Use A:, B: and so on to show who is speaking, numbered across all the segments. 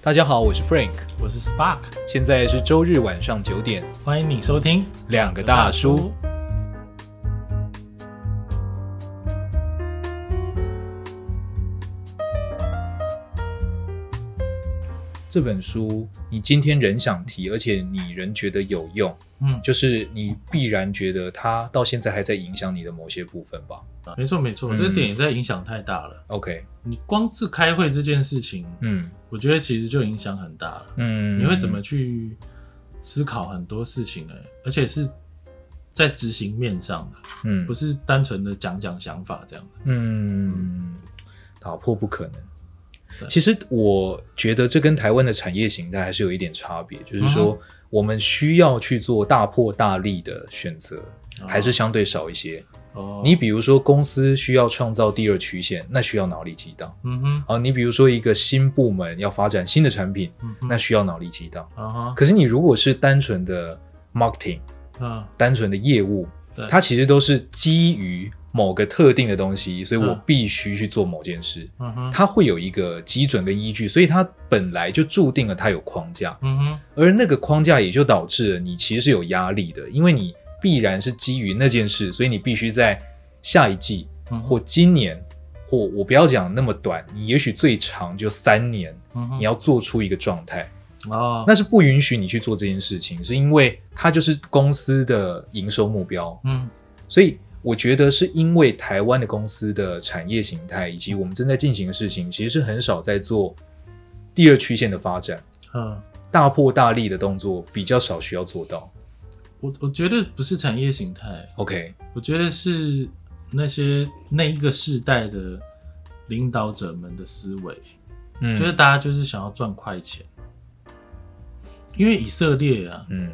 A: 大家好，我是 Frank，
B: 我是 Spark，
A: 现在是周日晚上九点，
B: 欢迎你收听
A: 两个大叔。这本书，你今天仍想提，而且你仍觉得有用，
B: 嗯，
A: 就是你必然觉得它到现在还在影响你的某些部分吧
B: 没错没错，
A: 嗯
B: 这个电影在影响太大了。
A: ？OK，
B: 你光是开会这件事情，
A: 嗯
B: 我觉得其实就影响很大了。
A: 嗯，
B: 你会怎么去思考很多事情呢、而且是在执行面上的，
A: 嗯
B: 不是单纯的讲讲想法这样的。
A: 嗯，打破不可能。
B: 对
A: 其实我觉得这跟台湾的产业形态还是有一点差别，就是
B: 嗯
A: 说我们需要去做大破大立的选择，还是相对少一些。
B: 哦，
A: 你比如说，公司需要创造第二曲线，那需要脑力激荡
B: 嗯哼
A: 啊；你比如说，一个新部门要发展新的产品，
B: 嗯哼，
A: 那需要脑力激荡。
B: 啊哈
A: 可是你如果是单纯的 marketing，
B: 嗯
A: 单纯的业务
B: 对，
A: 它其实都是基于某个特定的东西，所以我
B: 嗯
A: 必须去做某件事。
B: 嗯哼
A: 它会有一个基准跟依据，所以它本来就注定了它有框架，
B: 嗯哼
A: 而那个框架也就导致了你其实是有压力的，因为你必然是基于那件事，所以你必须在下一季
B: 嗯哼
A: 或今年或我不要讲那么短，你也许最长就三年，
B: 嗯哼，
A: 你要做出一个状态。
B: 哦
A: 那是不允许你去做这件事情，是因为它就是公司的营收目标。
B: 嗯
A: 所以我觉得是因为台湾的公司的产业形态以及我们正在进行的事情，其实是很少在做第二曲线的发展，
B: 嗯。
A: 大破大立的动作比较少需要做到。
B: 我我觉得不是产业形态，
A: OK，
B: 我觉得是那些那一个世代的领导者们的思维，
A: 嗯，
B: 就是大家就是想要赚快钱，因为以色列啊，
A: 嗯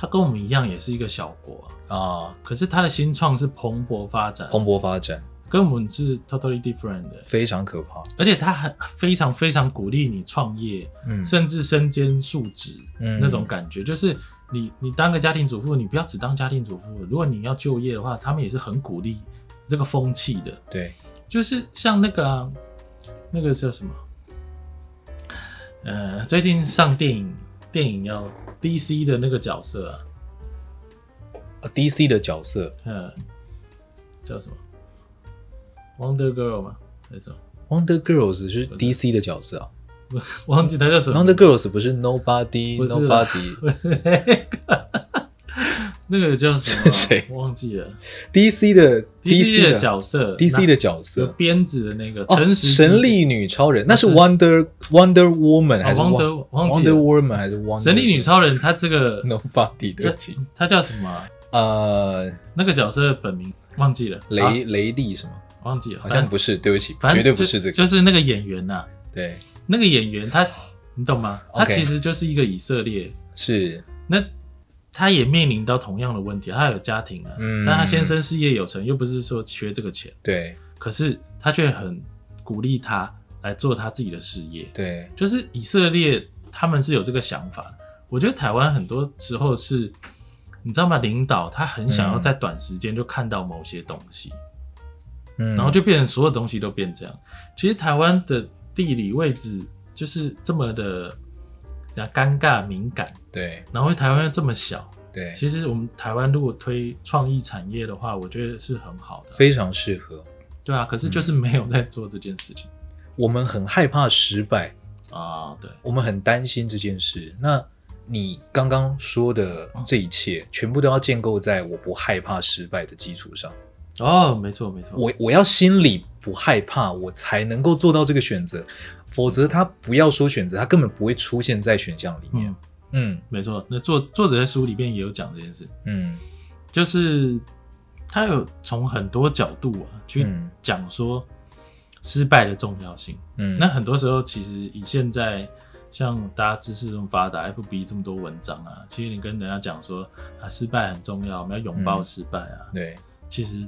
B: 它跟我们一样也是一个小国、啊，
A: 啊，
B: 可是它的新创是蓬勃发展，
A: 蓬勃发展
B: 跟我们是 totally different 的，
A: 非常可怕。
B: 而且它很非常非常鼓励你创业，
A: 嗯，
B: 甚至身兼数职，
A: 嗯
B: 那种感觉，就是你你当个家庭主妇，你不要只当家庭主妇，如果你要就业的话，他们也是很鼓励这个风气的，
A: 对，
B: 就是像那个啊、那个叫什么，呃，最近上电影电影要 DC 的那个角色啊，
A: 啊 DC 的角色
B: 呃，叫什么 Wonder Girl 吗？还是什么？
A: Wonder Girls 是 DC 的角色啊
B: 忘记他叫什么
A: ，Wonder Girls 不是 Nobody
B: 不是啦
A: Nobody
B: 那个叫什么？啊
A: 谁
B: 忘记了
A: DC 的
B: DC
A: 的
B: 的角色
A: DC 的角色
B: 有鞭子的那个
A: 哦
B: 诚实之
A: 神
B: 子
A: 力女超人，那是
B: 哦是
A: Wonder Wonder Woman
B: 哦
A: 还是
B: Wonder- 忘记
A: Wonder
B: 了
A: Woman 还是 Wonder
B: 神力女超人，她这个
A: Nobody 对
B: 这
A: 不起，
B: 她叫什么啊？
A: 呃，
B: 那个角色的本名忘记了，啊
A: 雷雷利什么？
B: 忘记了，
A: 好
B: 反
A: 像
B: 正
A: 不是，对不起，
B: 反正
A: 绝对不
B: 就是
A: 这个。
B: 就是那个演员呐，
A: 对，
B: 那个演员他，你懂吗？他
A: OK
B: 其实就是一个以色列，
A: 是
B: 那他也面临到同样的问题，他有家庭啊，
A: 嗯
B: 但他先生事业有成，又不是说缺这个钱，
A: 对
B: 可是他却很鼓励他来做他自己的事业，
A: 对，
B: 就是以色列他们是有这个想法的。我觉得台湾很多时候是，你知道吗？领导他很想要在短时间就看到某些东西，
A: 嗯，
B: 然后就变成所有东西都变这样。其实台湾的地理位置就是这么的，怎样尴尬敏感，
A: 对
B: 然后台湾又这么小。
A: 对，
B: 其实我们台湾如果推创意产业的话，我觉得是很好的，
A: 非嗯常适合。
B: 对啊。可是就是没有在做这件事情
A: 我们很害怕失败，
B: 啊，对，
A: 我们很担心这件事。那你刚刚说的
B: 嗯
A: 这一切，全部都要建构在我不害怕失败的基础上。
B: 哦，没错没错，
A: 我我要心里不害怕，我才能够做到这个选择，否则他不要说选择，他根本不会出现在选项里面
B: 嗯。，
A: 嗯
B: 没错。那作作者在书里面也有讲这件事，
A: 嗯
B: 就是他有从很多角度啊去
A: 嗯
B: 讲说失败的重要性。
A: 嗯，
B: 那很多时候，其实以现在像大家知识这么发达，FB 这么多文章啊，其实你跟人家讲说啊，失败很重要，我们要拥抱
A: 嗯
B: 失败啊。
A: 对
B: 其实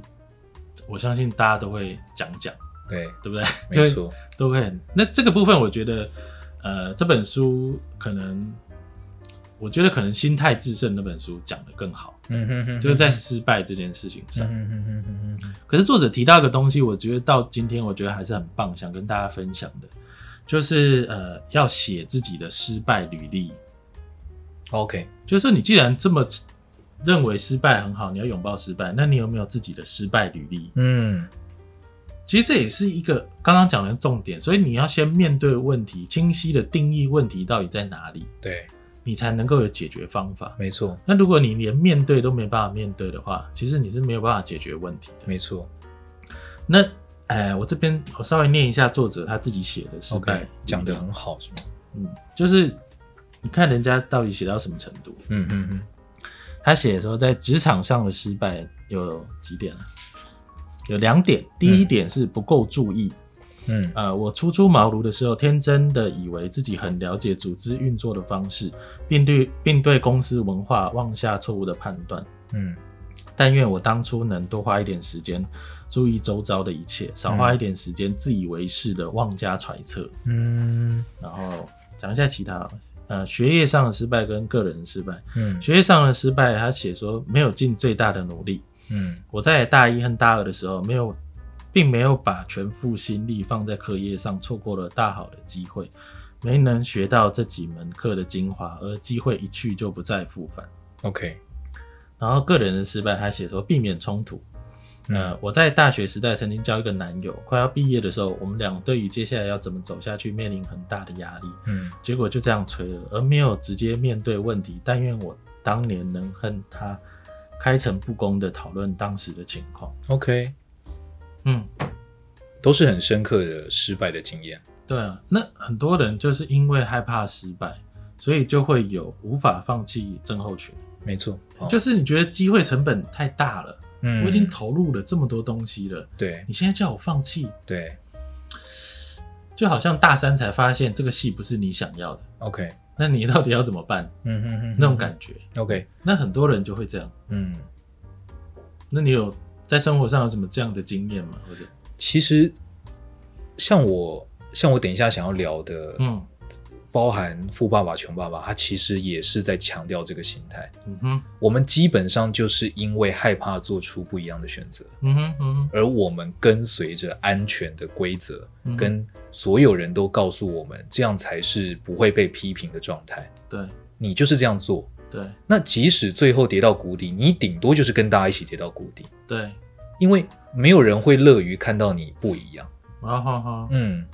B: 我相信大家都会讲讲，
A: 对，
B: 对不对？
A: 没，错，
B: 都会很。那这个部分，我觉得，呃，这本书可能，我觉得可能《心态制胜》那本书讲的更好，
A: 嗯哼哼，
B: 就是在失败这件事情上。
A: 嗯哼哼哼哼哼，
B: 可是作者提到一个东西，我觉得到今天我觉得还是很棒，想跟大家分享的，就是呃要写自己的失败履历，
A: OK，
B: 就是说你既然这么认为失败很好，你要拥抱失败，那你有没有自己的失败履历？
A: 嗯，
B: 其实这也是一个刚刚讲的重点，所以你要先面对问题，清晰的定义问题到底在哪里，
A: 对，
B: 你才能够有解决方法。
A: 没错，
B: 那如果你连面对都没办法面对的话，其实你是没有办法解决问题的。
A: 没错。
B: 那，哎，我这边我稍微念一下作者他自己写的失败
A: OK，讲
B: 的
A: 得，很好，是吗？
B: 嗯，就是你看人家到底写到什么程度。
A: 嗯嗯嗯，
B: 他写说，在职场上的失败有几点啊？有两点，第一点是不够注意。
A: 嗯
B: 呃，我初出茅庐的时候，天真的以为自己很了解组织运作的方式，并对并对公司文化妄下错误的判断。
A: 嗯
B: 但愿我当初能多花一点时间注意周遭的一切，少花一点时间自以为是的妄加揣测。
A: 嗯
B: 然后讲一下其他，呃，学业上的失败跟个人的失败。
A: 嗯
B: 学业上的失败，他写说没有尽最大的努力。
A: 嗯
B: 我在大一和大二的时候，没有，并没有把全副心力放在课业上，错过了大好的机会，没能学到这几门课的精华，而机会一去就不再复返。
A: ，OK，
B: 然后个人的失败，他写说避免冲突。
A: 嗯
B: 呃，我在大学时代曾经交一个男友，快要毕业的时候，我们俩对于接下来要怎么走下去面临很大的压力，
A: 嗯
B: 结果就这样吹了，而没有直接面对问题。但愿我当年能和他开诚布公的讨论当时的情况。
A: ，OK，
B: 嗯，
A: 都是很深刻的失败的经验。
B: 对啊，那很多人就是因为害怕失败，所以就会有无法放弃症候群，
A: 没错，哦
B: 就是你觉得机会成本太大了，
A: 嗯
B: 我已经投入了这么多东西了，
A: 对
B: 你现在叫我放弃，
A: 对
B: 就好像大三才发现这个戏不是你想要的，
A: ，OK，
B: 那你到底要怎么办？
A: 嗯嗯嗯，
B: 那种感觉，
A: 觉，OK，
B: 那很多人就会这样。
A: 嗯，
B: 那你有在生活上有什么这样的经验吗？或者，
A: 其实像我像我等一下想要聊的，
B: 嗯
A: 包含富爸爸穷爸爸，他其实也是在强调这个心态。
B: 嗯哼
A: 我们基本上就是因为害怕做出不一样的选择，
B: 嗯哼嗯哼
A: 而我们跟随着安全的规则，
B: 嗯哼，
A: 跟所有人都告诉我们，这样才是不会被批评的状态。
B: 对
A: 你就是这样做，
B: 对
A: 那即使最后跌到谷底，你顶多就是跟大家一起跌到谷底，
B: 对，
A: 因为没有人会乐于看到你不一样。
B: 然后哈。
A: 嗯，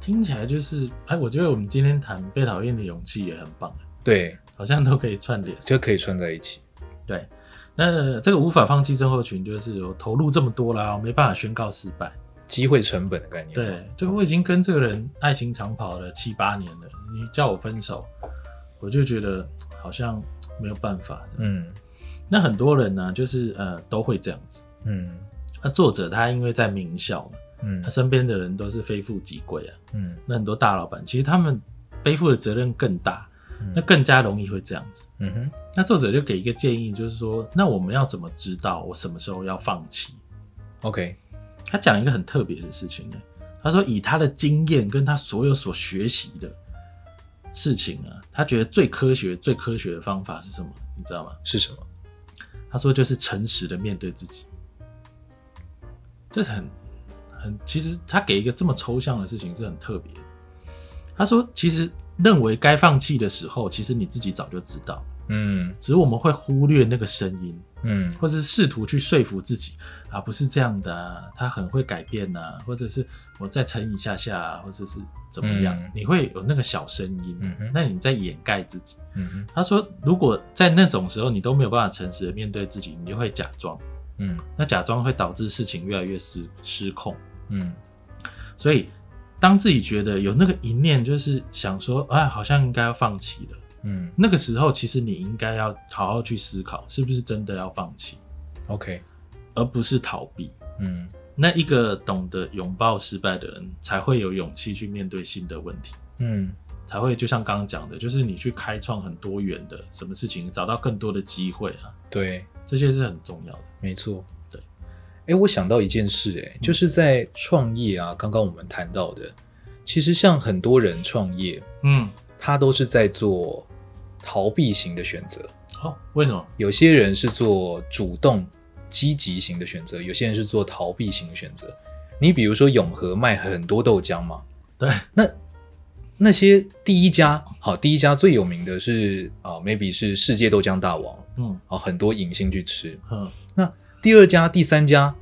B: 听起来就是，哎，我觉得我们今天谈被讨厌的勇气也很棒，
A: 对，
B: 好像都可以串联。
A: 这可以串在一起。
B: 对，那这个无法放弃症候群就是我投入这么多啦，我没办法宣告失败。
A: 机会成本的概念，，
B: 对，就我已经跟这个人爱情长跑了七八年了，你叫我分手，我就觉得好像没有办法的。
A: 嗯
B: 那很多人呢、就是呃都会这样子。
A: 嗯
B: 那作者他因为在名校嘛，
A: 嗯
B: 他身边的人都是非富即贵啊，
A: 嗯
B: 那很多大老板其实他们背负的责任更大，
A: 嗯
B: 那更加容易会这样子。
A: 嗯哼，
B: 那作者就给一个建议，就是说，那我们要怎么知道我什么时候要放弃？
A: OK，
B: 他讲一个很特别的事情呢，他说以他的经验跟他所有所学习的事情啊，他觉得最科学、最科学的方法是什么？你知道吗？
A: 是什么？
B: 他说就是诚实的面对自己，这是很很，其实他给一个这么抽象的事情是很特别的。他说，其实认为该放弃的时候，其实你自己早就知道，
A: 嗯
B: 只是我们会忽略那个声音。
A: 嗯
B: 或是试图去说服自己啊，不是这样的、啊，他很会改变呐、或者是我再撑一下下、啊，或者是怎么样，
A: 嗯
B: 你会有那个小声音，
A: 嗯哼
B: 那你在掩盖自己。
A: 嗯哼
B: 他说，如果在那种时候你都没有办法诚实的面对自己，你就会假装，
A: 嗯
B: 那假装会导致事情越来越失失控。
A: 嗯
B: 所以，当自己觉得有那个一念，就是想说，啊，好像应该要放弃了，
A: 嗯
B: 那个时候其实你应该要好好去思考，是不是真的要放弃，
A: ，OK，
B: 而不是逃避。
A: 嗯
B: 那一个懂得拥抱失败的人，才会有勇气去面对新的问题，
A: 嗯
B: 才会就像刚刚讲的，就是你去开创很多元的什么事情，找到更多的机会啊，
A: 对，
B: 这些是很重要的。
A: 没错，
B: 对。
A: 哎，我想到一件事、诶哎，就是在创业啊，刚刚我们谈到的，其实像很多人创业，
B: 嗯，
A: 他都是在做逃避型的选择，
B: 哦，为什么？
A: 有些人是做主动积极型的选择，有些人是做逃避型的选择。你比如说永和卖很多豆浆嘛，
B: 对，
A: 那那些第一家，好，第一家最有名的是啊、m a y b e 是世界豆浆大王
B: 嗯
A: 啊，很多影星去吃。
B: 嗯
A: 那第二家、第三家，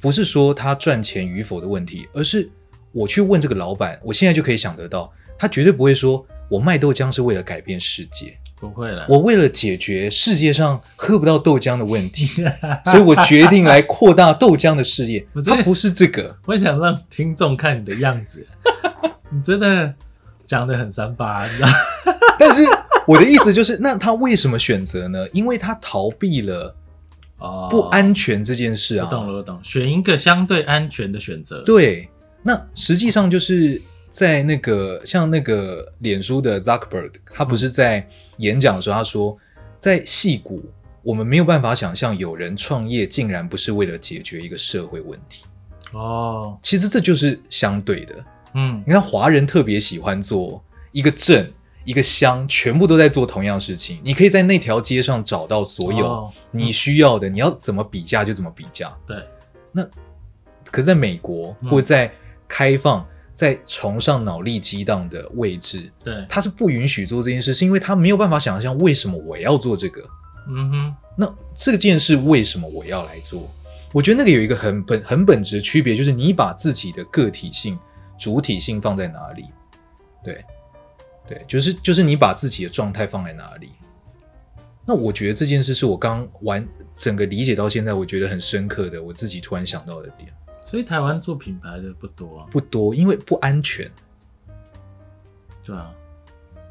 A: 不是说他赚钱与否的问题，而是我去问这个老板，我现在就可以想得到，他绝对不会说我卖豆浆是为了改变世 界，
B: 不会了，
A: 我为了解决世界上喝不到豆浆的问题， 所以我决定来扩大豆浆的事业
B: 我。真的
A: 他不是这个，
B: 我想让听众看你的样 子，你真的讲的很三八，你知道吗？
A: 但是我的意思就是，那他为什么选择呢？因为他逃避了
B: 哦
A: 不安全这件事
B: 我
A: 啊。
B: 懂了，我懂，选一个相对安全的选择。，
A: 对，那实际上就是在那个像那个脸书的 Zuckerberg，他不是
B: 嗯
A: 在演讲的时候他说，在戏谷我们没有办法想象有人创业竟然不是为了解决一个社会问题。
B: 哦，
A: 其实这就是相对的。
B: 嗯，
A: 你看华人特别喜欢做一个镇。一个乡全部都在做同样事情，你可以在那条街上找到所有
B: 哦
A: 你需要的，你要怎么比价就怎么比价。
B: 对，
A: 可是在美国
B: 嗯
A: 或在开放、在崇尚脑力激荡的位置，
B: 对，
A: 他是不允许做这件事，是因为他没有办法想象为什么我要做这个。
B: 嗯哼，
A: 那这件事为什么我要来做？我觉得那个有一个很本很本质的区别，就是你把自己的个体性、主体性放在哪里？对，对，就是就是你把自己的状态放在哪里。那我觉得这件事是我刚完整个理解到现在，我觉得很深刻的，我自己突然想到的点。
B: 所以台湾做品牌的不多啊，
A: 不多，因为不安全。
B: 对啊，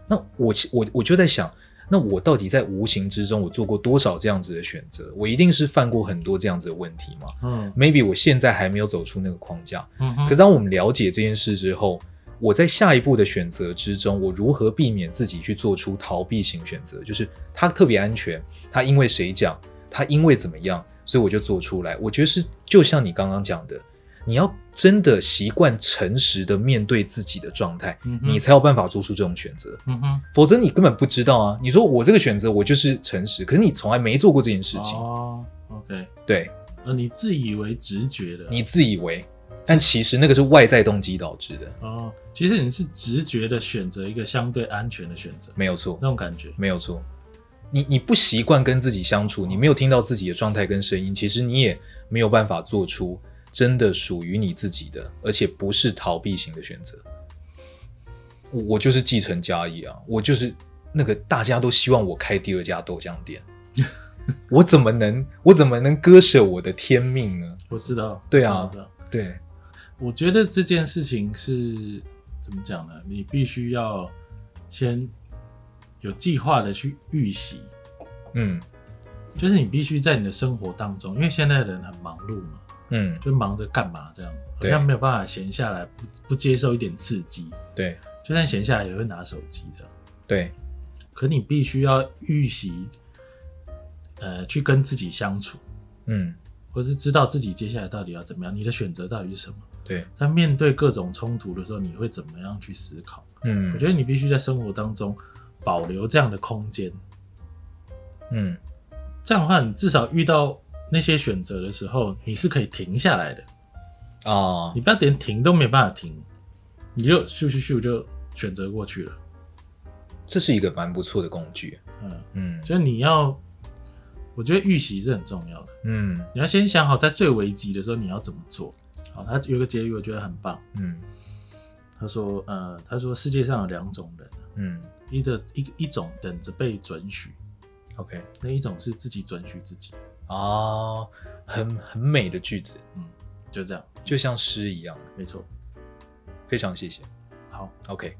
A: 那我其我我就在想，那我到底在无形之中我做过多少这样子的选择？我一定是犯过很多这样子的问题吗
B: 嗯
A: ？Maybe 我现在还没有走出那个框架。
B: 嗯
A: 可
B: 哼，
A: 是当我们了解这件事之后，我在下一步的选择之中，我如何避免自己去做出逃避型选择？就是他特别安全，他因为谁讲，他因为怎么样，所以我就做出来。我觉得是就像你刚刚讲的，你要真的习惯诚实的面对自己的状态，
B: 嗯哼
A: 你才有办法做出这种选择。
B: 嗯哼，
A: 否则你根本不知道啊！你说我这个选择我就是诚实，可是你从来没做过这件事情，
B: 哦，OK，
A: 对
B: 呃，你自以为直觉的，
A: 你自以为，但其实那个是外在动机导致的，
B: 哦，其实你是直觉的选择一个相对安全的选择，
A: 没有错。
B: 那种感觉，
A: 没有错。你你不习惯跟自己相处，你没有听到自己的状态跟声音，其实你也没有办法做出真的属于你自己的，而且不是逃避型的选择。我我就是继承家业啊，我就是那个大家都希望我开第二家豆浆 店，我怎么能我怎么能割舍我的天命呢？
B: 我知道，
A: 对啊
B: 我知道。
A: 对，
B: 我觉得这件事情是怎么讲呢？你必须要先有计划的去预习，
A: 嗯
B: 就是你必须在你的生活当中，因为现在的人很忙碌嘛，
A: 嗯，
B: 就忙着干嘛这样，好
A: 对
B: 像没有办法闲下来不不接受一点刺激，
A: 对
B: 就算闲下来也会拿手机这样。
A: 对，
B: 可你必须要预习，呃，去跟自己相处，
A: 嗯
B: 或是知道自己接下来到底要怎么样，你的选择到底是什么。
A: 对，
B: 在面对各种冲突的时候，你会怎么样去思考？
A: 嗯，
B: 我觉得你必须在生活当中保留这样的空间，
A: 嗯
B: 这样的话，你至少遇到那些选择的时候，你是可以停下来的。
A: 啊
B: 你，不要连停都没办法停，你就咻咻咻就选择过去了。
A: 这是一个蛮不错的工具，
B: 嗯，
A: 嗯
B: 就是你要，我觉得预习是很重要的。
A: 嗯
B: 你要先想好，在最危急的时候你要怎么做。好，他有一个结语我觉得很棒。
A: 嗯
B: 他说，呃，他说世界上有两种人，
A: 嗯
B: 一的一一种等着被准许，
A: ，OK。
B: 那一种是自己准许自己，
A: 哦，很很美的句子，
B: 就这样，
A: 就像诗一样，
B: 没错。
A: 非常谢谢。
B: 好，
A: OK，